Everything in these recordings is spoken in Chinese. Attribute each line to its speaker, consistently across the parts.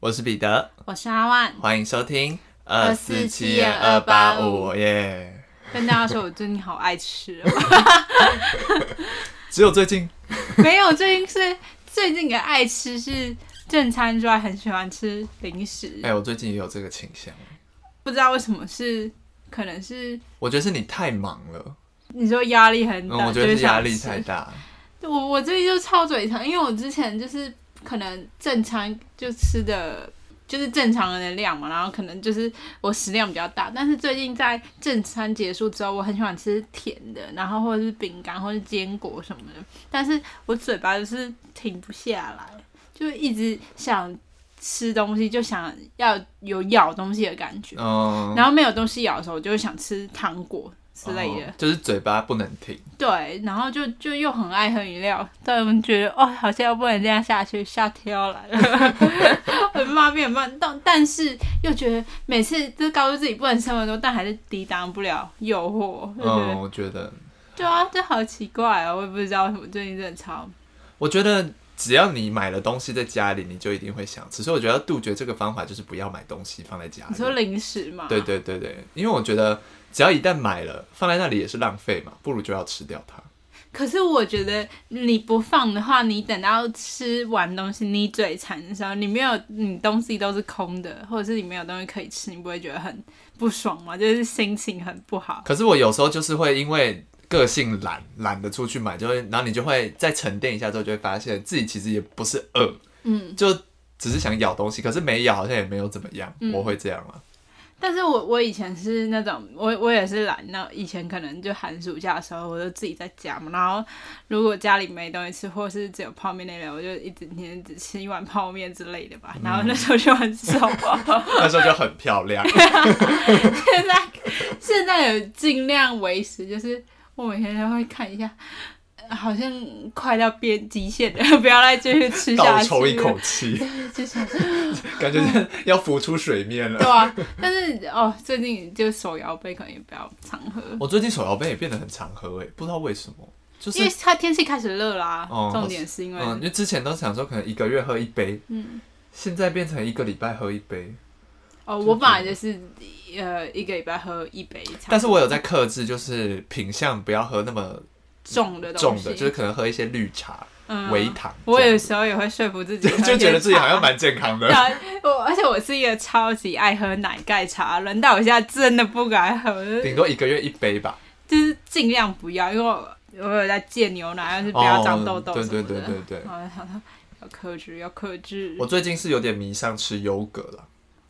Speaker 1: 我是彼得，
Speaker 2: 我是阿万。
Speaker 1: 欢迎收听
Speaker 2: 247
Speaker 1: 285耶！
Speaker 2: 跟大家说，我最近好爱吃哦。
Speaker 1: 只有最近
Speaker 2: 没有，最近是最近的爱吃是正餐之外，很喜欢吃零食。
Speaker 1: 哎、我最近也有这个倾向，
Speaker 2: 不知道为什么是，可能是
Speaker 1: 我觉得是你太忙了，
Speaker 2: 你说压力很
Speaker 1: 嗯，
Speaker 2: 大，
Speaker 1: 我觉得
Speaker 2: 就是想
Speaker 1: 压力
Speaker 2: 吃
Speaker 1: 太大，
Speaker 2: 我我最近就超嘴疼，因为我之前就是可能正常就吃的。就是正常人的量嘛，然后可能就是我食量比较大，但是最近在正餐结束之后，我很喜欢吃甜的，然后或者是饼干或者是坚果什么的，但是我嘴巴就是停不下来，就一直想吃东西，就想要有咬东西的感觉，
Speaker 1: 嗯，
Speaker 2: 然后没有东西咬的时候，我就会想吃糖果之类的
Speaker 1: 哦，就是嘴巴不能停，
Speaker 2: 对，然后就就又很爱喝饮料，但我们觉得哦，好像不能这样下去，夏天要来了， 很慢变很慢，但但是又觉得每次都告诉自己不能吃那么多，但还是抵挡不了诱惑，就觉得、
Speaker 1: 嗯，我觉得，
Speaker 2: 对啊，这好奇怪哦，我也不知道为什么最近真的超
Speaker 1: 我觉得只要你买了东西在家里，你就一定会想吃，所以我觉得要杜绝这个方法就是不要买东西放在家里，
Speaker 2: 你说零食嘛，
Speaker 1: 嗯对对对对，因为我觉得只要一旦买了放在那里也是浪费嘛，不如就要吃掉它。
Speaker 2: 可是我觉得你不放的话，你等到吃完东西你嘴馋的时候，你没有你东西都是空的，或者是你没有东西可以吃，你不会觉得很不爽吗？就是心情很不好。
Speaker 1: 可是我有时候就是会因为个性懒，懒得出去买，就会，然后你就会再沉淀一下之后，就会发现自己其实也不是饿，
Speaker 2: 嗯，
Speaker 1: 就只是想咬东西，可是没咬好像也没有怎么样，
Speaker 2: 嗯
Speaker 1: 我会这样啊。
Speaker 2: 但是我我以前是那种，我我也是懒，那以前可能就寒暑假的时候，我就自己在家嘛，然后如果家里没东西吃，或是只有泡面那类，我就一整天只吃一碗泡面之类的吧。然后那时候就很瘦啊。
Speaker 1: 那时候就很漂 亮，
Speaker 2: 现在现在有尽量维持，就是我每天都会看一下，呃好像快到边极限了，不要再继续吃
Speaker 1: 倒
Speaker 2: 下去。啊
Speaker 1: 抽一口， 气，
Speaker 2: 就是
Speaker 1: 感觉是要浮出水面
Speaker 2: 对
Speaker 1: 了。
Speaker 2: 啊。但是哦，最近就手摇杯可能也不要常喝，
Speaker 1: 我最近手摇杯也变得很常喝诶、欸不知道为什么，就
Speaker 2: 因
Speaker 1: 是
Speaker 2: 为它天气开始热啦、
Speaker 1: 哦
Speaker 2: 重点是因为、
Speaker 1: 嗯，因为之前都想说可能一个月喝一杯，
Speaker 2: 欸嗯
Speaker 1: 现在变成一个礼拜喝一杯，
Speaker 2: 哦，我本来就是呃一个礼拜喝一杯，
Speaker 1: 但是我有在克制，就是品相不要喝那么
Speaker 2: 重的东
Speaker 1: 重
Speaker 2: 西，
Speaker 1: 的，就是可能喝一些绿茶。
Speaker 2: 嗯
Speaker 1: 微糖这样，
Speaker 2: 我有时候也会说服自己喝一些茶，
Speaker 1: 就觉得自己好像蛮健康
Speaker 2: 对
Speaker 1: 的。
Speaker 2: 啊，我而且我是一个超级爱喝奶盖茶的人，但我现在真的不敢喝，
Speaker 1: 顶多一个月一杯吧，
Speaker 2: 就是尽量不要，因为我我有在戒牛奶，就是不要长痘痘
Speaker 1: 哦
Speaker 2: 什
Speaker 1: 对对
Speaker 2: 么的。
Speaker 1: 对对对。
Speaker 2: 然后我就想说要克制，要克制。
Speaker 1: 我最近是有点迷上吃优格了，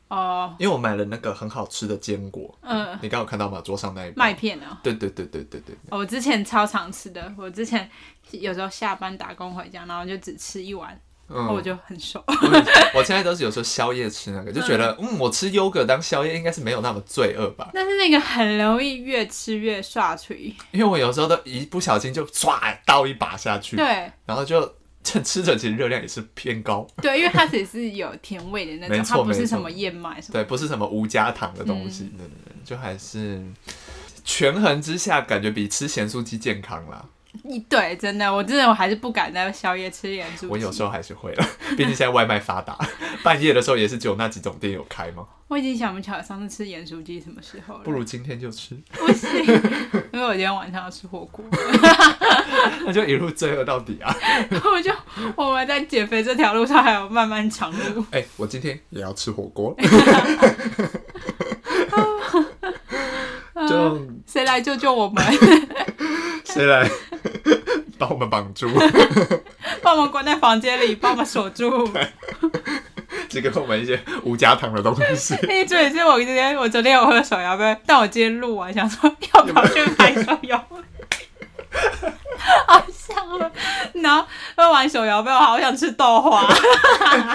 Speaker 2: 哦，
Speaker 1: 因为我买了那个很好吃的坚果，
Speaker 2: 嗯、
Speaker 1: 你刚有看到吗？桌上那一包
Speaker 2: 麦。片哦
Speaker 1: 对对对对对对，
Speaker 2: 哦我之前超常吃的，我之前有时候下班打工回家，然后就只吃一碗，
Speaker 1: 嗯，
Speaker 2: 哦我就很瘦。
Speaker 1: 我现在都是有时候宵夜吃那个，就觉得嗯，我吃优格当宵夜应该是没有那么罪恶吧，
Speaker 2: 但是那个很容易越吃越刷嘴，
Speaker 1: 因为我有时候都一不小心就唰倒一把下去，
Speaker 2: 对。
Speaker 1: 然后就 吃着其实热量也是偏高，
Speaker 2: 对，因为它只是有甜味的那
Speaker 1: 没
Speaker 2: 种，它
Speaker 1: 错
Speaker 2: 不
Speaker 1: 没
Speaker 2: 是什
Speaker 1: 错
Speaker 2: 么燕麦什么的。
Speaker 1: 对，不是什么无加糖的东西，
Speaker 2: 嗯
Speaker 1: 对对对，就还是权衡之下，感觉比吃咸酥鸡健康啦。
Speaker 2: 一对，真的，我真的我还是不敢在宵夜吃盐酥鸡。
Speaker 1: 我有时候还是会了，毕竟现在外卖发 达，半夜的时候也是只有那几种店有开嘛，
Speaker 2: 我已经想不起来上次吃盐酥鸡什么时候了。
Speaker 1: 不如今天就吃，
Speaker 2: 不行，因为我今天晚上要吃火锅，
Speaker 1: 那就一路罪恶到 底啊！
Speaker 2: 我就我们在减肥这条路上还有漫漫长路。
Speaker 1: 哎、我今天也要吃火 锅，就
Speaker 2: 谁来救救我们？
Speaker 1: 谁来 把我们绑住，
Speaker 2: 把我们关在房间里，把我们锁住。
Speaker 1: 只给我们一些无加糖的东 西。
Speaker 2: 那一也是我今天，我昨天有喝手摇杯，但我今天录完想说要跑去买手摇杯， 好想了。然后喝完手摇杯，我好想吃豆花。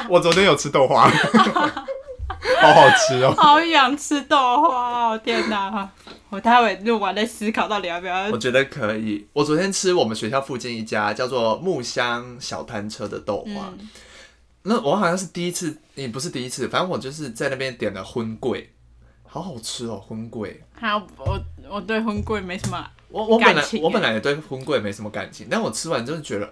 Speaker 1: 我昨天有吃豆 花，好好吃哦。
Speaker 2: 好想吃豆花哦！天哪，我待会录完再思考到底要不要
Speaker 1: 我。觉得可以。我昨天吃我们学校附近一家叫做木香小摊车的豆花，
Speaker 2: 嗯
Speaker 1: 那我好像是第一次，也不是第一次，反正我就是在那边点了荤桂，好好吃哦，荤桂。
Speaker 2: 还有我我对荤桂没什么，
Speaker 1: 我我本来
Speaker 2: 感情耶
Speaker 1: 我本来也对荤桂没什么感情，但我吃完就是觉得，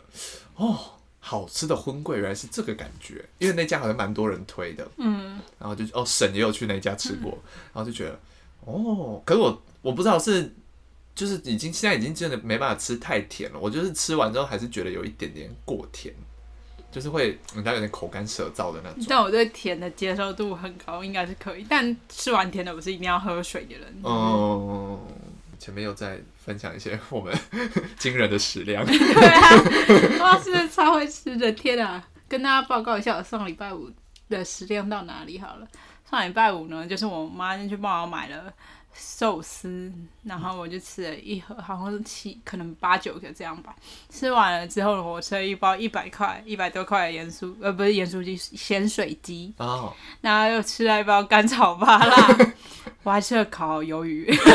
Speaker 1: 哦，好吃的荤桂原来是这个感觉，因为那家好像蛮多人推的，
Speaker 2: 嗯，
Speaker 1: 然后就哦沈也有去那家吃过，然后就觉得哦，可是我我不知道是就是已经现在已经真的没办法吃太甜了，我就是吃完之后还是觉得有一点点过甜，就是会人家有点口干舌燥的那种。
Speaker 2: 但我对甜的接受度很高，应该是可以。但吃完甜的，我是一定要喝水的人。
Speaker 1: 哦，前面又在分享一些我们 惊人的食量。
Speaker 2: 对啊，哇，真的超会吃的，天啊！跟大家报告一下，我上礼拜五的食量到哪里好了。上礼拜五呢，就是我妈先去帮我买了寿司，然后我就吃了一盒，好像是七，可能八九个这样吧。吃完了之后呢，我吃了一包一百块、一百多块的盐酥，呃，不是盐酥鸡，咸水鸡，
Speaker 1: 哦，
Speaker 2: 然后又吃了一包干炒芭辣，我还吃了烤鱿鱼， 吃超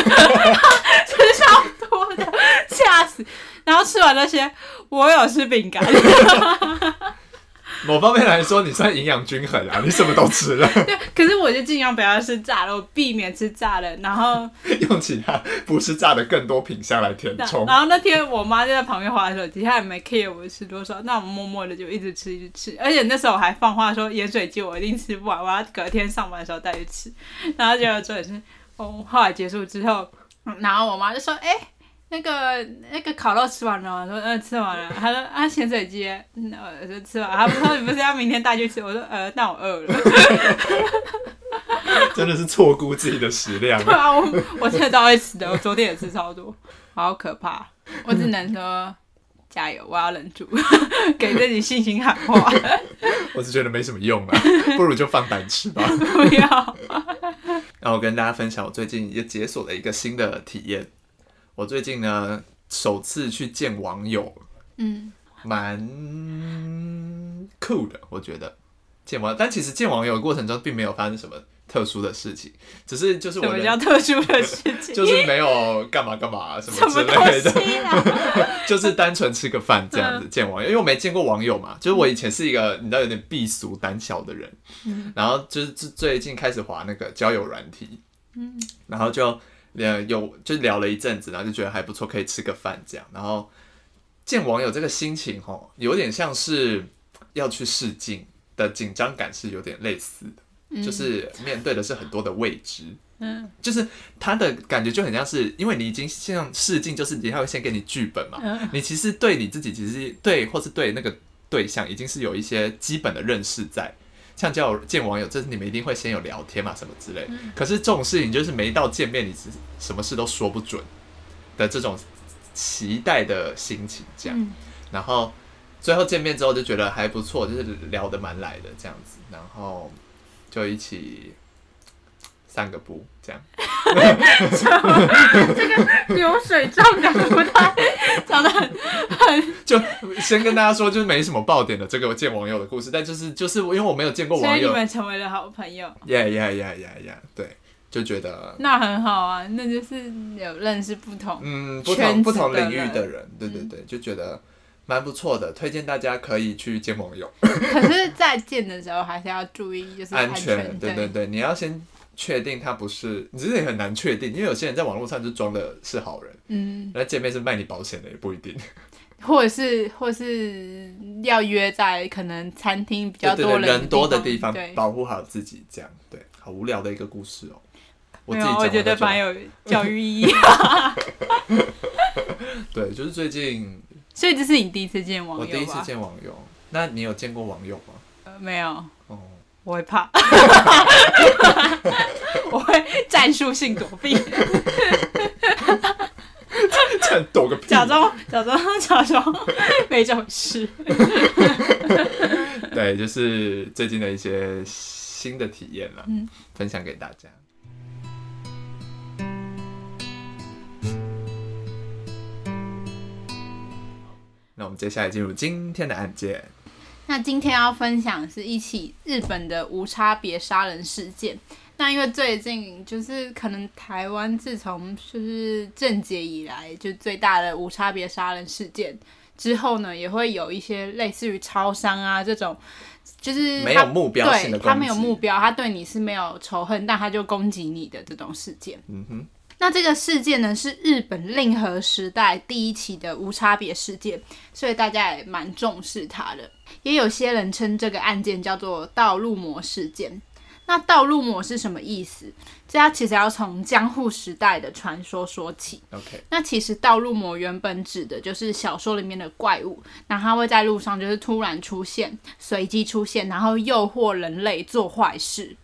Speaker 2: 多的，吓死！然后吃完那些，我有吃饼干，
Speaker 1: 某方面来说，你算营养均衡啊，你什么都吃了，
Speaker 2: 可是我就尽量不要吃炸的，我避免吃炸的。然后，
Speaker 1: 用其他不是炸的更多品相来填
Speaker 2: 然
Speaker 1: 充。
Speaker 2: 后那天我妈就在旁边划手机，她也没 care 我吃多少，那我默默的就一直吃一直吃，而且那时候我还放话说盐水鸡我一定吃不完，我要隔天上班的时候带去吃。然后结果重点是，哦，后来结束之后，嗯然后我妈就说，哎、那个那个烤肉吃完了吗，我说嗯、吃完了。她说啊咸水鸡，嗯呃我说吃完了。她不说你不是要明天带去吃？我说呃那我饿了。
Speaker 1: 真的是错估自己的食量。
Speaker 2: 对啊，我我真的超会吃的，我昨天也吃超多，好可怕。我只能说加油，我要忍住， 给自己信心喊话，
Speaker 1: 我是觉得没什么用啊，不如就放胆吃吧。
Speaker 2: 不要。
Speaker 1: 然后我跟大家分享，我最近也解锁了一个新的体验。我最近呢，首次去见网友，
Speaker 2: 嗯，
Speaker 1: 蛮酷的，我觉得。见网，但其实见网友的过程中并没有发生什么特殊的事情，只是就是
Speaker 2: 什
Speaker 1: 我
Speaker 2: 么
Speaker 1: 人
Speaker 2: 叫特殊的事情？
Speaker 1: 就是没有干嘛干嘛什
Speaker 2: 什
Speaker 1: 么
Speaker 2: 么
Speaker 1: 之
Speaker 2: 东
Speaker 1: 类的，
Speaker 2: 西 啊？
Speaker 1: 就是单纯吃个饭这样子见网友，因为我没见过网友嘛，就是我以前是一个你知道有点避俗胆小的人，然后就是最最近开始滑那个交友软体，然后就呃有就聊了一阵子，然后就觉得还不错，可以吃个饭这样，然后见网友这个心情吼，有点像是要去试镜的紧张感是有点类似的，就是面对的是很多的未知，
Speaker 2: 嗯
Speaker 1: 就是他的感觉就很像是，因为你已经像试镜，就是人家会先给你剧本嘛，
Speaker 2: 嗯
Speaker 1: 你其实对你自己，其实对或是对那个对象，已经是有一些基本的认识在。像交友见网友，这是你们一定会先有聊天嘛，什么之类。
Speaker 2: 嗯
Speaker 1: 可是这种事情就是没到见面，你是什么事都说不准的这种期待的心情，这样。
Speaker 2: 嗯
Speaker 1: 然后最后见面之后就觉得还不错，就是聊得蛮来的这样子，然后就一起散个步这样。
Speaker 2: 流水账 讲得不太讲的很
Speaker 1: 就先跟大家说，就是没什么爆点的这个见网友的故事，但就是就是因为我没有见过
Speaker 2: 所
Speaker 1: 网
Speaker 2: 以你
Speaker 1: 友，
Speaker 2: 们成为了好朋友，
Speaker 1: 呀呀呀呀呀，对，就觉得
Speaker 2: 那很好啊，那就是有认识不同。
Speaker 1: 嗯，不
Speaker 2: 圈
Speaker 1: 同不
Speaker 2: 子
Speaker 1: 同领
Speaker 2: 的
Speaker 1: 域
Speaker 2: 人嗯
Speaker 1: 的人，对对对，就觉得蛮不错的，推荐大家可以去见网友，
Speaker 2: 可是再见的时候还是要注意，就是
Speaker 1: 安
Speaker 2: 全。
Speaker 1: 对对对，你要先确定他不是，你这也很难确定，因为有些人在网络上就装的是好人，
Speaker 2: 嗯，
Speaker 1: 那见面是卖你保险的也不一 定，
Speaker 2: 或者是或是要约在可能餐厅比较
Speaker 1: 对
Speaker 2: 多
Speaker 1: 对对，
Speaker 2: 人
Speaker 1: 人多的地
Speaker 2: 地
Speaker 1: 方
Speaker 2: 对，
Speaker 1: 保护好自己，这样对，好无聊的一个故事哦、我
Speaker 2: 没
Speaker 1: 自己
Speaker 2: 有，
Speaker 1: 讲
Speaker 2: 哎我
Speaker 1: 完
Speaker 2: 觉
Speaker 1: 了
Speaker 2: 得
Speaker 1: 就好
Speaker 2: 蛮有教育 意义。
Speaker 1: 对，就是最近
Speaker 2: 所以这是你第一次见网
Speaker 1: 我
Speaker 2: 友
Speaker 1: 哦
Speaker 2: 吧？啊
Speaker 1: 第一次见网友，那你有见过网友吗？
Speaker 2: 呃没有，
Speaker 1: 哦，
Speaker 2: 我会怕， 我会战术性躲避，
Speaker 1: 这 抖个屁！
Speaker 2: 假装假装假装没这回事。
Speaker 1: 对，就是最近的一些新的体验了，
Speaker 2: 嗯
Speaker 1: 分享给大家。那我们接下来进入今天的案件，
Speaker 2: 那今天要分享的是一起日本的无差别杀人事件。那因为最近就是可能台湾自从就是政界以来就最大的无差别杀人事件之后呢，也会有一些类似于超商啊这种，就是
Speaker 1: 没
Speaker 2: 它
Speaker 1: 有目标性的
Speaker 2: 对他没有
Speaker 1: 攻击
Speaker 2: 目标，他对你是没有仇恨，但他就攻击你的这种事件。
Speaker 1: 嗯哼，
Speaker 2: 那这个事件呢，是日本令和时代第一起的无差别事件，所以大家也蛮重视它的。也有些人称这个案件叫做道路魔事件。那道路魔是什么意思？这要其实要从江户时代的传说说起。
Speaker 1: OK，
Speaker 2: 那其实道路魔原本指的就是小说里面的怪物，那它会在路上就是突然出现，随机出现，然后诱惑人类做坏事。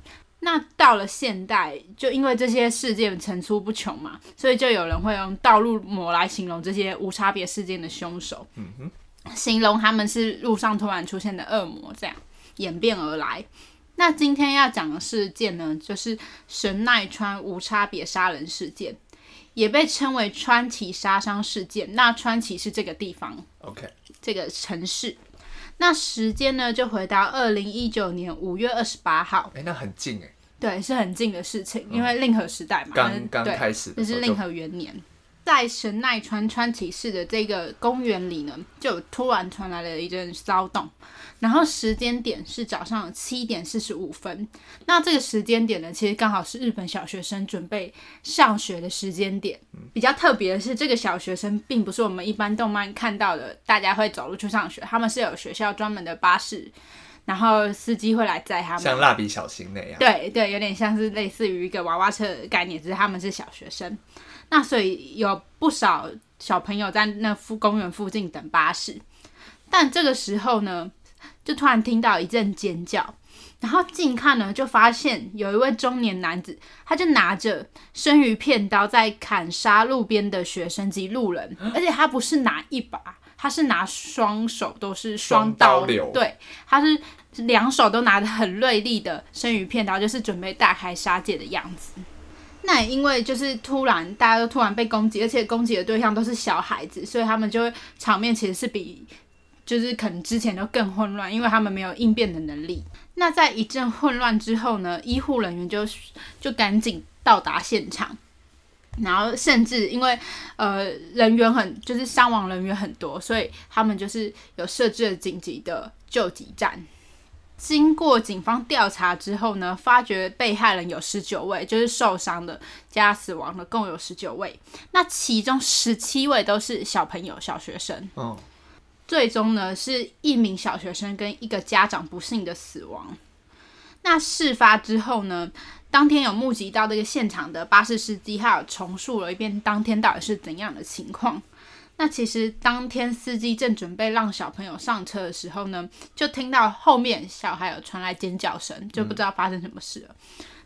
Speaker 2: 那到了现代，就因为这些事件层出不穷嘛，所以就有人会用道路魔来形容这些无差别事件的凶手，
Speaker 1: 嗯哼，
Speaker 2: 形容他们是路上突然出现的恶魔，这样演变而来。那今天要讲的事件呢，就是神奈川无差别杀人事件，也被称为川崎杀伤事件。那川崎是这个地方，
Speaker 1: OK，
Speaker 2: 这个城市。那时间呢，就回到二零一九年五月二十八号，
Speaker 1: 哎、那很近哎、
Speaker 2: 对，是很近的事情，因为令和时代嘛，
Speaker 1: 刚刚
Speaker 2: 嗯对
Speaker 1: 开始
Speaker 2: 这
Speaker 1: 的时
Speaker 2: 是
Speaker 1: 候
Speaker 2: 令
Speaker 1: 就
Speaker 2: 和元年，在神奈川川崎市的这个公园里呢，就有突然传来了一阵骚动，然后时间点是早上七点四十五分。那这个时间点呢，其实刚好是日本小学生准备上学的时间点。
Speaker 1: 嗯
Speaker 2: 比较特别的是，这个小学生并不是我们一般动漫看到的，大家会走路去上学，他们是有学校专门的巴士，然后司机会来载他们，
Speaker 1: 像蜡笔小新那样，
Speaker 2: 对对，有点像是类似于一个娃娃车的概念，只是他们是小学生。那所以有不少小朋友在那附公园附近等巴士，但这个时候呢，就突然听到一阵尖叫，然后近看呢，就发现有一位中年男子，他就拿着生鱼片刀在砍杀路边的学生及路 人，而且他不是拿一把，他是拿双手都是双
Speaker 1: 双刀
Speaker 2: 刀
Speaker 1: 流
Speaker 2: 对，他是两手都拿着很锐利的生鱼片刀，就是准备大开杀戒的样子。那也因为就是突然大家都突然被攻击，而且攻击的对象都是小孩子，所以他们就会场面其实是比就是可能之前都更混乱，因为他们没有应变的能力。那在一阵混乱之后呢，医护人员就就赶紧到达现场，然后甚至因为呃人员很就是伤亡人员很多，所以他们就是有设置了紧急的救急站。经过警方调查之后呢，发觉被害人有十九位，就是受伤的加死亡的共有十九位，那其中十七位都是小朋友、小学生。
Speaker 1: 嗯，
Speaker 2: 最终呢是一名小学生跟一个家长不幸的死亡。那事发之后呢，当天有目击到这个现场的巴士司机，还有重述了一遍当天到底是怎样的情况。那其实当天司机正准备让小朋友上车的时候呢，就听到后面小孩有传来尖叫声，就不知道发生什么事了。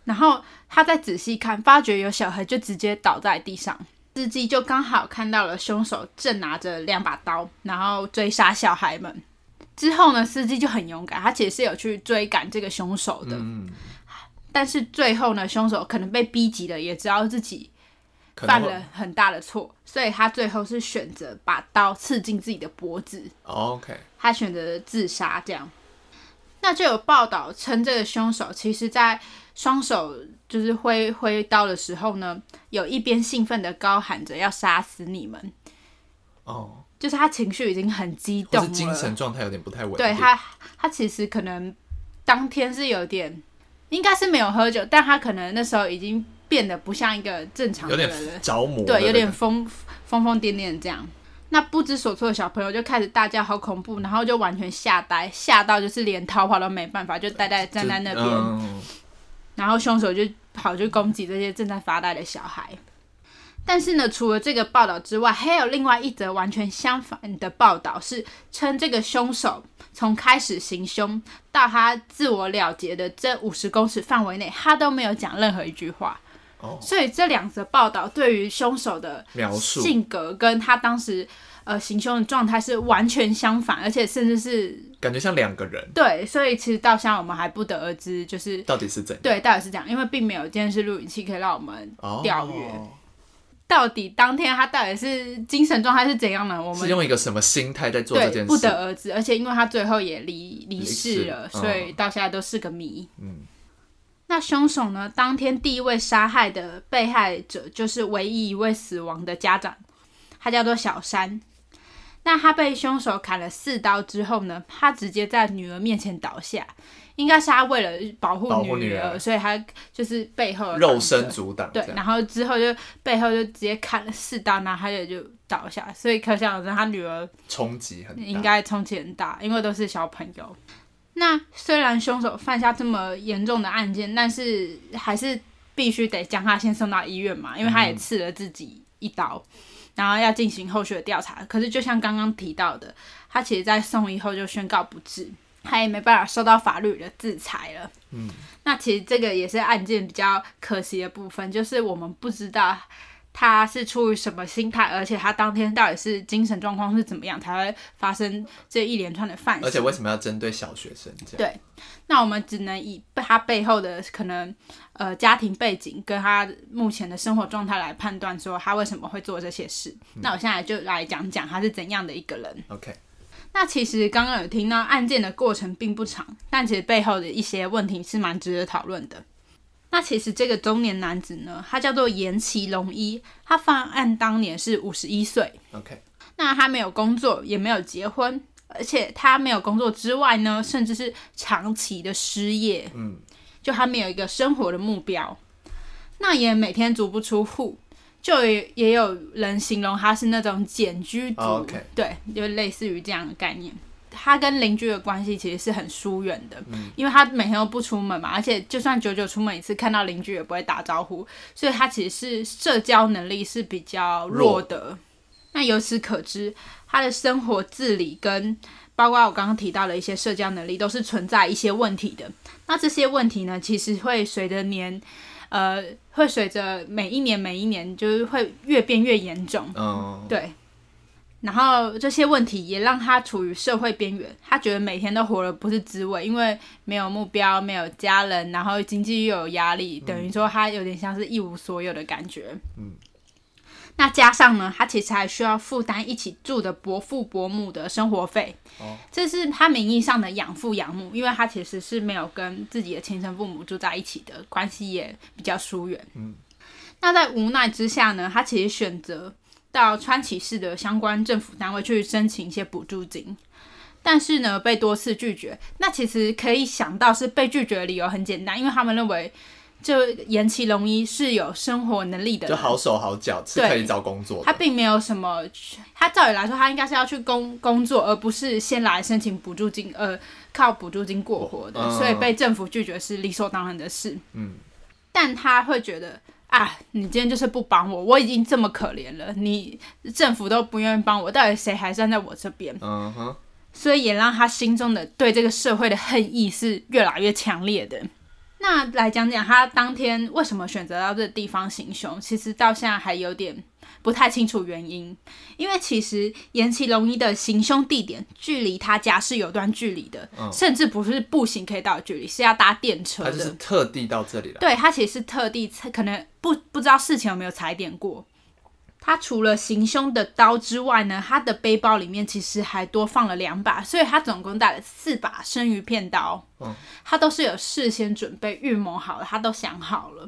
Speaker 2: 然后他再仔细看，发觉有小孩就直接倒在地上。司机就刚好看到了凶手正拿着两把刀，然后追杀小孩们。之后呢，司机就很勇敢，他其实是有去追赶这个凶手的。
Speaker 1: 嗯，
Speaker 2: 但是最后呢，凶手可能被逼急了，也知道自己
Speaker 1: 可
Speaker 2: 犯
Speaker 1: 能
Speaker 2: 了
Speaker 1: 会
Speaker 2: 很大的错，所以他最后是选择把刀刺进自己的脖子，
Speaker 1: 哦 OK，
Speaker 2: 他选择了自杀。这样，那就有报道称，这个凶手其实在双手就是挥挥刀的时候呢，有一边兴奋的高喊着要杀死你们，
Speaker 1: 哦，
Speaker 2: 就是他情绪已经很激
Speaker 1: 或
Speaker 2: 动
Speaker 1: 是
Speaker 2: 了，
Speaker 1: 精神状态有点不太稳定，
Speaker 2: 对他，他其实可能当天是有点，应该是没有喝酒，但他可能那时候已经变得不像一个正常
Speaker 1: 有
Speaker 2: 的
Speaker 1: 点
Speaker 2: 人，
Speaker 1: 着魔，
Speaker 2: 啊对，有点疯疯疯癫癫这样。那不知所措的小朋友就开始大叫，好恐怖，然后就完全吓呆，吓到就是连逃跑都没办法，就呆呆
Speaker 1: 就
Speaker 2: 站在那边。
Speaker 1: 嗯
Speaker 2: 然后凶手就跑去攻击这些正在发呆的小孩。但是呢，除了这个报道之外，还有另外一则完全相反的报道，是称这个凶手从开始行凶到他自我了结的这五十公尺范围内，他都没有讲任何一句话。
Speaker 1: 哦，
Speaker 2: 所以这两则报道对于凶手的
Speaker 1: 描述
Speaker 2: 性格跟他当时呃行凶的状态是完全相反，而且甚至是
Speaker 1: 感觉像两个人，
Speaker 2: 对，所以其实到现在我们还不得而知，就是
Speaker 1: 到底是怎样？
Speaker 2: 对，到底是这样，因为并没有监视录影器可以让我们
Speaker 1: 哦，
Speaker 2: 钓鱼到底当天他到底是精神状态是怎样呢？我
Speaker 1: 是
Speaker 2: 们
Speaker 1: 用一个什么心态在做这
Speaker 2: 对
Speaker 1: 件事？
Speaker 2: 不得而知，而且因为他最后也离离
Speaker 1: 离
Speaker 2: 世
Speaker 1: 世
Speaker 2: 了，
Speaker 1: 嗯
Speaker 2: 所以到现在都是个谜。
Speaker 1: 嗯，
Speaker 2: 那凶手呢？当天第一位杀害的被害者就是唯一一位死亡的家长，他叫做小山。那他被凶手砍了四刀之后呢，他直接在女儿面前倒下，应该是他为了保护
Speaker 1: 保护女
Speaker 2: 儿，
Speaker 1: 儿
Speaker 2: 所以他就是背后有
Speaker 1: 肉
Speaker 2: 挡着
Speaker 1: 身阻挡，
Speaker 2: 对，，然后之后就背后就直接砍了四刀，然后他也就倒下，所以可想而知，他女儿
Speaker 1: 冲击很大，
Speaker 2: 应该冲击很大，因为都是小朋友。那虽然凶手犯下这么严重的案件，但是还是必须得将他先送到医院嘛，因为他
Speaker 1: 嗯
Speaker 2: 也刺了自己一刀，然后要进行后续的调查。可是就像刚刚提到的，他其实在送医后就宣告不治，他也没办法受到法律的制裁了。
Speaker 1: 嗯，
Speaker 2: 那其实这个也是案件比较可惜的部分，就是我们不知道他是出于什么心态，而且他当天到底是精神状况是怎么样，才会发生这一连串的犯行。
Speaker 1: 而且为什么要针对小学生这样？
Speaker 2: 对，那我们只能以他背后的可能呃家庭背景跟他目前的生活状态来判断，说他为什么会做这些事。
Speaker 1: 嗯
Speaker 2: 那我现在就来讲讲他是怎样的一个人。
Speaker 1: OK，
Speaker 2: 那其实刚刚有听到案件的过程并不长，但其实背后的一些问题是蛮值得讨论的。那其实这个中年男子呢，他叫做岩崎龙一，他犯案当年是五十一岁，
Speaker 1: OK，
Speaker 2: 那他没有工作，也没有结婚，而且他没有工作之外呢，甚至是长期的失业，
Speaker 1: 嗯，
Speaker 2: 就他没有一个生活的目标，那也每天足不出户，就也也有人形容他是那种简居族
Speaker 1: 哦，OK
Speaker 2: 对，就类似于这样的概念。他跟邻居的关系其实是很疏远的，因为他每天都不出门嘛，而且就算久久出门一次，看到邻居也不会打招呼，所以他其实是社交能力是比较弱
Speaker 1: 弱
Speaker 2: 的。那由此可知，他的生活自理跟包括我刚刚提到的一些社交能力，都是存在一些问题的。那这些问题呢，其实会随着年，呃，会随着每一年每一年，就是会越变越严重。
Speaker 1: 嗯，
Speaker 2: 对，然后这些问题也让他处于社会边缘，他觉得每天都活得不是滋味，因为没有目标，没有家人，然后经济又有压力，等于说他有点像是一无所有的感觉。
Speaker 1: 嗯。
Speaker 2: 那加上呢，他其实还需要负担一起住的伯父伯母的生活费，
Speaker 1: 哦
Speaker 2: 这是他名义上的养父养母，因为他其实是没有跟自己的亲生父母住在一起的，关系也比较疏远。
Speaker 1: 嗯，
Speaker 2: 那在无奈之下呢，他其实选择到川崎市的相关政府单位去申请一些补助金，但是呢被多次拒绝。那其实可以想到是被拒绝的理由很简单，因为他们认为就岩崎龙一是有生活能力的
Speaker 1: 就
Speaker 2: 人。
Speaker 1: 好手好脚是
Speaker 2: 对
Speaker 1: 可以找工作
Speaker 2: 他
Speaker 1: 的，
Speaker 2: 并没有什么，他照理来说，他应该是要去工工作，而不是先来申请补助金，呃，靠补助金过活的，
Speaker 1: 嗯
Speaker 2: 所以被政府拒绝是理所当然的事。
Speaker 1: 嗯，
Speaker 2: 但他会觉得啊，你今天就是不帮我，我已经这么可怜了，你政府都不愿意帮我，到底谁还站在我这边？
Speaker 1: 嗯哼，
Speaker 2: 所以也让他心中的对这个社会的恨意是越来越强烈的。那来讲讲他当天为什么选择到这个地方行凶，其实到现在还有点不太清楚原因，因为其实岩崎龙一的行凶地点距离他家是有段距离的，
Speaker 1: 嗯
Speaker 2: 甚至不是步行可以到的距离，是要搭电车
Speaker 1: 他
Speaker 2: 的。
Speaker 1: 就是特地到这里来，
Speaker 2: 对他其实是特地才可能不不知道事情有没有踩点过。他除了行凶的刀之外呢，他的背包里面其实还多放了两把，所以他总共带了四把生鱼片刀。
Speaker 1: 嗯，
Speaker 2: 他都是有事先准备、预谋好了，他都想好了。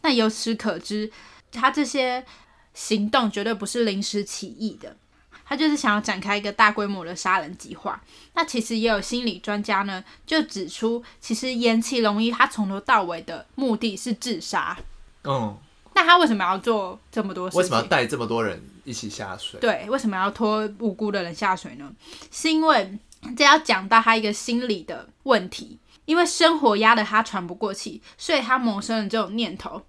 Speaker 2: 那由此可知，他这些行动绝对不是临时起意的，他就是想要展开一个大规模的杀人计划。那其实也有心理专家呢，就指出，其实岩崎龙一他从头到尾的目的是自杀。
Speaker 1: 嗯，
Speaker 2: 那他为什么要做这么多事情？
Speaker 1: 为什么要带这么多人一起下水？
Speaker 2: 对，为什么要拖无辜的人下水呢？是因为这要讲到他一个心理的问题，因为生活压得他喘不过气，所以他萌生了这种念头。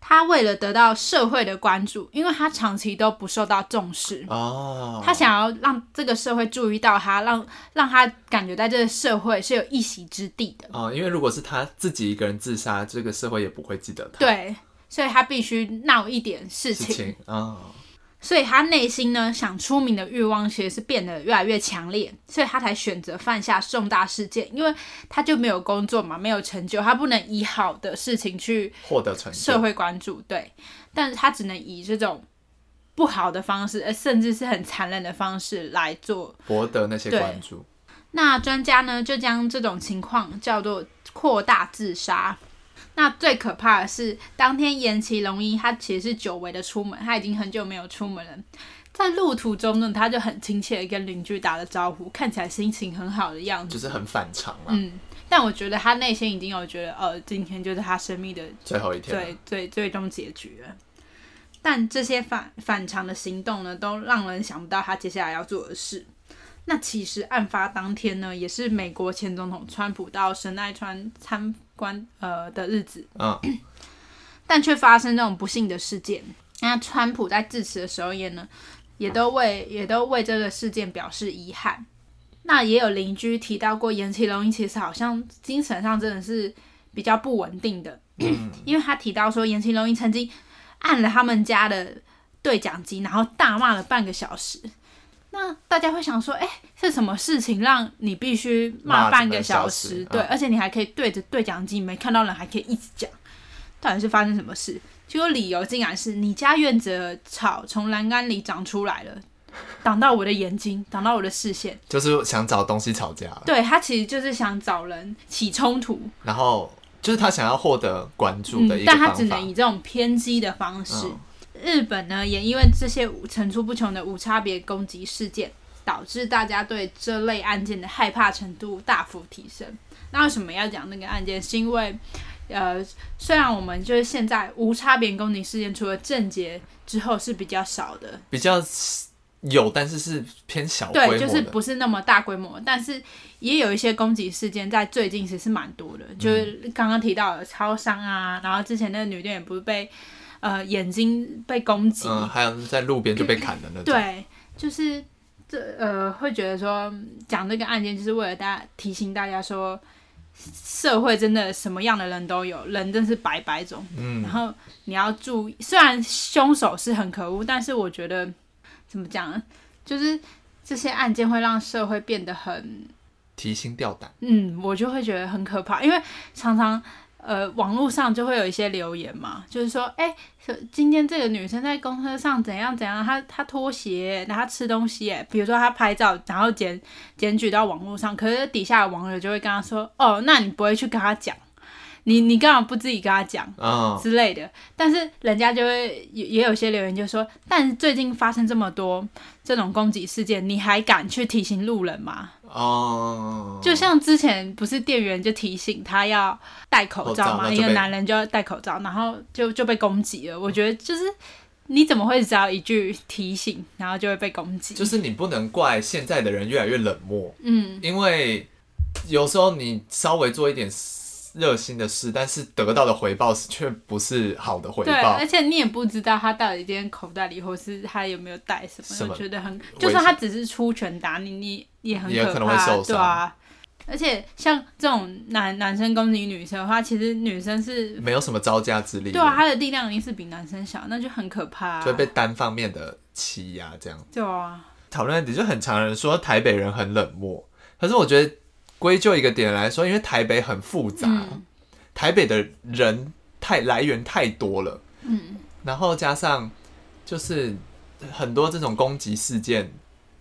Speaker 2: 他为了得到社会的关注，因为他长期都不受到重视，
Speaker 1: 哦，
Speaker 2: 他想要让这个社会注意到他，让让他感觉在这个社会是有一席之地的。
Speaker 1: 哦，因为如果是他自己一个人自杀，这个社会也不会记得他。
Speaker 2: 对，所以他必须闹一点事
Speaker 1: 事
Speaker 2: 情。
Speaker 1: 情啊，
Speaker 2: 所以他内心呢想出名的欲望其实是变得越来越强烈，所以他才选择犯下重大事件，因为他就没有工作嘛，没有成就，他不能以好的事情去
Speaker 1: 获得成就，
Speaker 2: 社会关注，对，但是他只能以这种不好的方式，呃，甚至是很残忍的方式来做。
Speaker 1: 博得那些
Speaker 2: 对
Speaker 1: 关注。
Speaker 2: 那专家呢就将这种情况叫做扩大自杀。那最可怕的是，当天岩崎龙一他其实是久违的出门，他已经很久没有出门了。在路途中呢，他就很亲切的跟邻居打了招呼，看起来心情很好的样
Speaker 1: 就
Speaker 2: 子。
Speaker 1: 是很反常嘛，
Speaker 2: 嗯，但我觉得他内心已经有觉得，呃，今天就是他生命的
Speaker 1: 最后一天
Speaker 2: 最
Speaker 1: 了，
Speaker 2: 最最终结局了。但这些反反常的行动呢，都让人想不到他接下来要做的事。那其实案发当天呢，也是美国前总统川普到神奈川参观呃的日子，
Speaker 1: 嗯，
Speaker 2: 但却发生这种不幸的事件。那川普在致辞的时候也呢，也都为也都为这个事件表示遗憾。那也有邻居提到过，岩崎龙一其实好像精神上真的是比较不稳定的，
Speaker 1: 嗯
Speaker 2: 因为他提到说岩崎龙一曾经按了他们家的对讲机，然后大骂了半个小时。那大家会想说，哎、是什么事情让你必须骂
Speaker 1: 骂
Speaker 2: 半
Speaker 1: 半
Speaker 2: 个
Speaker 1: 个小
Speaker 2: 小
Speaker 1: 时
Speaker 2: 时？
Speaker 1: 嗯
Speaker 2: 对，而且你还可以对着对讲机没看到人，还可以一直讲，到底是发生什么事？结果理由竟然是你家院子的草从栏杆里长出来了，挡到我的眼睛，挡到我的视线。
Speaker 1: 就是想找东西吵架了，
Speaker 2: 对他其实就是想找人起冲突，
Speaker 1: 然后就是他想要获得关注的一
Speaker 2: 嗯，
Speaker 1: 个
Speaker 2: 但
Speaker 1: 方法。
Speaker 2: 他只能以这种偏激的方式。
Speaker 1: 嗯
Speaker 2: 日本呢，也因为这些层出不穷的无差别攻击事件，导致大家对这类案件的害怕程度大幅提升。那为什么要讲那个案件？是因为，呃，虽然我们就是现在无差别攻击事件，除了郑捷之后是比较少的，
Speaker 1: 比较有，但是是偏小规模
Speaker 2: 对，
Speaker 1: 的，嗯
Speaker 2: 就是不是那么大规模，但是也有一些攻击事件在最近其实是蛮多的，
Speaker 1: 嗯
Speaker 2: 就是刚刚提到的超商啊，然后之前那个女店也不是被呃眼睛被攻击，
Speaker 1: 嗯，还有在路边就被砍的那种。，
Speaker 2: 对，就是这呃会觉得说讲这个案件就是为了大家提醒大家说，社会真的什么样的人都有，人真是百百种，
Speaker 1: 嗯
Speaker 2: 然，后你要注意，虽然凶手是很可恶，但是我觉得怎么讲呢，就是这些案件会让社会变得很，
Speaker 1: 提心吊胆。
Speaker 2: 嗯，我就会觉得很可怕，因为常常。呃，网络上就会有一些留言嘛，就是说，哎、今天这个女生在公车上怎样怎样，她她脱鞋，然后她吃东西耶，比如说她拍照，然后检检举到网络上，可是底下的网友就会跟她说，哦，那你不会去跟她讲，你你干嘛不自己跟她讲？
Speaker 1: 嗯，
Speaker 2: 之类的，但是人家就会也也有些留言就说，但最近发生这么多这种攻击事件，你还敢去提醒路人吗？
Speaker 1: 哦，
Speaker 2: 就像之前不是店员就提醒他要戴
Speaker 1: 口
Speaker 2: 口罩
Speaker 1: 罩
Speaker 2: 吗？
Speaker 1: 那就
Speaker 2: 一个
Speaker 1: 被
Speaker 2: 男人就要戴口罩，然后就就被攻击了。我觉得就是你怎么会只要一句提醒，然后就会被攻击？
Speaker 1: 就是你不能怪现在的人越来越冷漠，
Speaker 2: 嗯，
Speaker 1: 因为有时候你稍微做一点热心的事，但是得到的回报是却不是好的回
Speaker 2: 对，
Speaker 1: 报
Speaker 2: 而。且你也不知道他到底今天口袋里或是他有没有带什么，
Speaker 1: 什么
Speaker 2: 我觉得很，
Speaker 1: 险
Speaker 2: 就算他只是出拳打你，你也很
Speaker 1: 也
Speaker 2: 可
Speaker 1: 可能
Speaker 2: 怕，
Speaker 1: 会受伤
Speaker 2: 对啊。而且像这种男男生攻击女生的话，其实女生是
Speaker 1: 没有什么招架之力，
Speaker 2: 对啊，她的力量一定是比男生小，那就很可怕、啊。
Speaker 1: 就会被单方面的欺压这样。
Speaker 2: 对啊，
Speaker 1: 讨论的点就很常有人说台北人很冷漠，可是我觉得归咎一个点来说，因为台北很复杂，
Speaker 2: 嗯
Speaker 1: 台北的人太来源太多了，
Speaker 2: 嗯，
Speaker 1: 然后加上就是很多这种攻击事件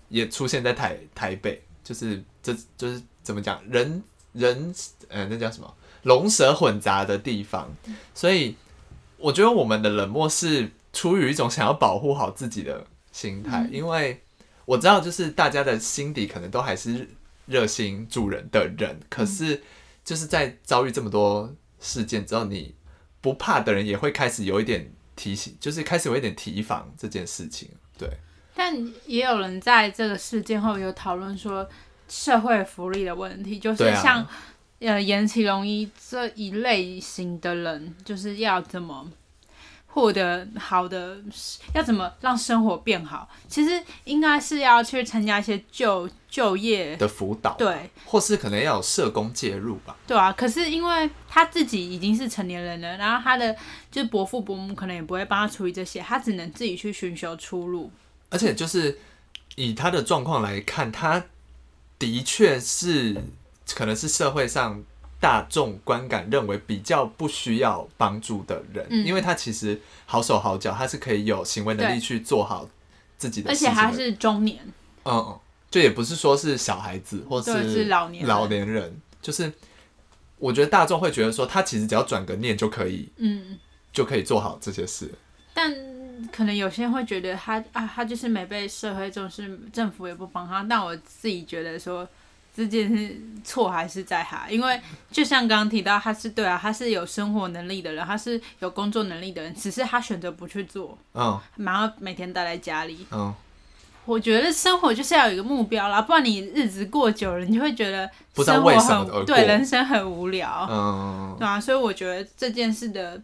Speaker 1: 也出现在台台北，就是这就是怎么讲人人呃那叫什么龙蛇混杂的地方，所以我觉得我们的冷漠是出于一种想要保护好自己的心态，因为我知道就是大家的心底可能都还是热心助人的人，可是就是在遭遇这么多事件之后，你不怕的人也会开始有一点提醒，就是开始有一点提防这件事情。对，
Speaker 2: 但也有人在这个事件后有讨论说社会福利的问题，就
Speaker 1: 对
Speaker 2: 是
Speaker 1: 啊
Speaker 2: 像、呃岩崎龙一这一类型的人，就是要怎么获得好的，要怎么让生活变好？其实应该是要去参加一些就就业，
Speaker 1: 的辅导，，
Speaker 2: 哎对
Speaker 1: 或是可能要有社工介入吧。
Speaker 2: 对啊。可是因为他自己已经是成年人了，然后他的就是伯父伯母可能也不会帮他处理这些，他只能自己去寻求出路。
Speaker 1: 而且就是以他的状况来看，他的确是可能是社会上大众观感认为比较不需要帮助的人，
Speaker 2: 嗯
Speaker 1: 因为他其实好手好脚，他是可以有行为能力
Speaker 2: 对
Speaker 1: 去做好自己的
Speaker 2: 而
Speaker 1: 事
Speaker 2: 且
Speaker 1: 情的，
Speaker 2: 他是中年，
Speaker 1: 嗯嗯，就也不是说是小孩子或
Speaker 2: 对是老年人
Speaker 1: 老年人，就是我觉得大众会觉得说他其实只要转个念就可以
Speaker 2: 嗯。
Speaker 1: 就可以做好这些事，
Speaker 2: 但可能有些人会觉得他啊，他就是没被社会重视，政府也不帮他。但我自己觉得说，这件事错还是在他，因为就像刚刚提到，他是对啊，他是有生活能力的人，他是有工作能力的人，只是他选择不去做，
Speaker 1: 嗯
Speaker 2: 然后每天待在家里。
Speaker 1: 嗯，
Speaker 2: 我觉得生活就是要有一个目标啦，不然你日子过久了，你就会觉得
Speaker 1: 不知道
Speaker 2: 生活
Speaker 1: 为什么
Speaker 2: 很
Speaker 1: 而过
Speaker 2: 对人生很无聊，
Speaker 1: 嗯，
Speaker 2: 对啊，所以我觉得这件事的，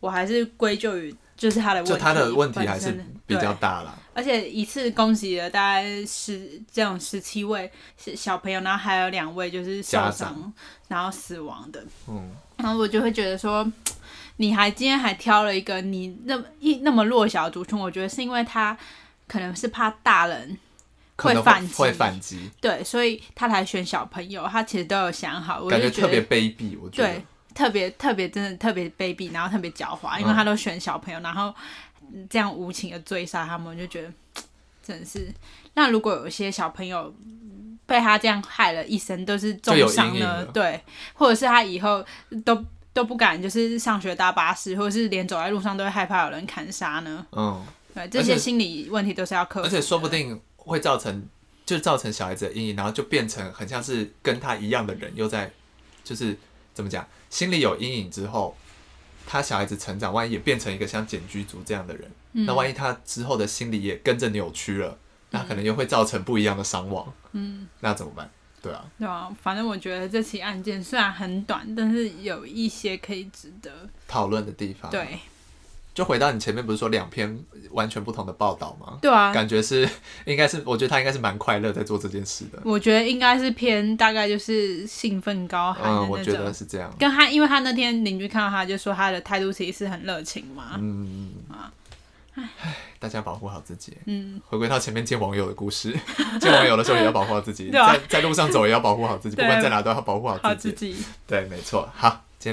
Speaker 2: 我还是归咎于就是他的问题，
Speaker 1: 就他的问题还
Speaker 2: 本
Speaker 1: 是
Speaker 2: 身
Speaker 1: 比较
Speaker 2: 对
Speaker 1: 大啦。
Speaker 2: 而且一次攻击了大概十这种十七位是小朋友，然后还有两位就是受
Speaker 1: 家
Speaker 2: 伤
Speaker 1: 长
Speaker 2: 然后死亡的，
Speaker 1: 嗯，
Speaker 2: 然后我就会觉得说，你还今天还挑了一个你那么一那么弱小的族群，我觉得是因为他可能是怕大人。
Speaker 1: 可能
Speaker 2: 反
Speaker 1: 会
Speaker 2: 击
Speaker 1: 会反击，
Speaker 2: 对，所以他才选小朋友，他其实都有想好，我
Speaker 1: 感
Speaker 2: 就
Speaker 1: 觉
Speaker 2: 觉
Speaker 1: 特
Speaker 2: 得
Speaker 1: 别卑鄙，我觉得
Speaker 2: 对。特别特别真的特别卑鄙，然后特别狡猾，因为
Speaker 1: 嗯
Speaker 2: 他都选小朋友，然后嗯这样无情的追杀他们，我就觉得真的是。那如果有一些小朋友嗯被他这样害了一生，都是重
Speaker 1: 就有
Speaker 2: 伤
Speaker 1: 阴影
Speaker 2: 呢，
Speaker 1: 了
Speaker 2: 对，或者是他以后都都不敢就是上学搭巴士，或者是连走在路上都会害怕有人砍杀呢，
Speaker 1: 嗯，
Speaker 2: 对，这
Speaker 1: 而
Speaker 2: 些
Speaker 1: 且
Speaker 2: 心理问题都是要克 服
Speaker 1: 而且
Speaker 2: 的，
Speaker 1: 说不定会造成，就造成小孩子的阴影，然后就变成很像是跟他一样的人，又在就是怎么讲，心里有阴影之后，他小孩子成长，万一也变成一个像简居族这样的人，那万一他之后的心理也跟着扭曲了，那可能又会造成不一样的伤亡。嗯，那怎么办？对啊，
Speaker 2: 对啊，反正我觉得这起案件虽然很短，但是有一些可以值得
Speaker 1: 讨论的地方。，
Speaker 2: 对
Speaker 1: 就回到你前面不是说两篇完全不同的报道吗？
Speaker 2: 对啊，
Speaker 1: 感觉是， 应该是，我觉得他应该是蛮快乐在做这件事的。
Speaker 2: 我觉得应该是偏大概就是兴奋高喊
Speaker 1: 嗯，
Speaker 2: 的
Speaker 1: 我
Speaker 2: 那
Speaker 1: 觉
Speaker 2: 种。
Speaker 1: 得是这样。
Speaker 2: 跟他，因为他那天邻居看到他，就说他的态度其实是很热情嘛。
Speaker 1: 嗯，大家保护好自己。
Speaker 2: 嗯，
Speaker 1: 回归到前面见网友的故事， 见网友的时候也要保护好自己，
Speaker 2: 对啊
Speaker 1: 在在路上走也要保护好自己，不
Speaker 2: 对啊
Speaker 1: 管在哪都要保护好
Speaker 2: 好
Speaker 1: 自
Speaker 2: 自
Speaker 1: 己。
Speaker 2: 己，
Speaker 1: 对，没错。好，今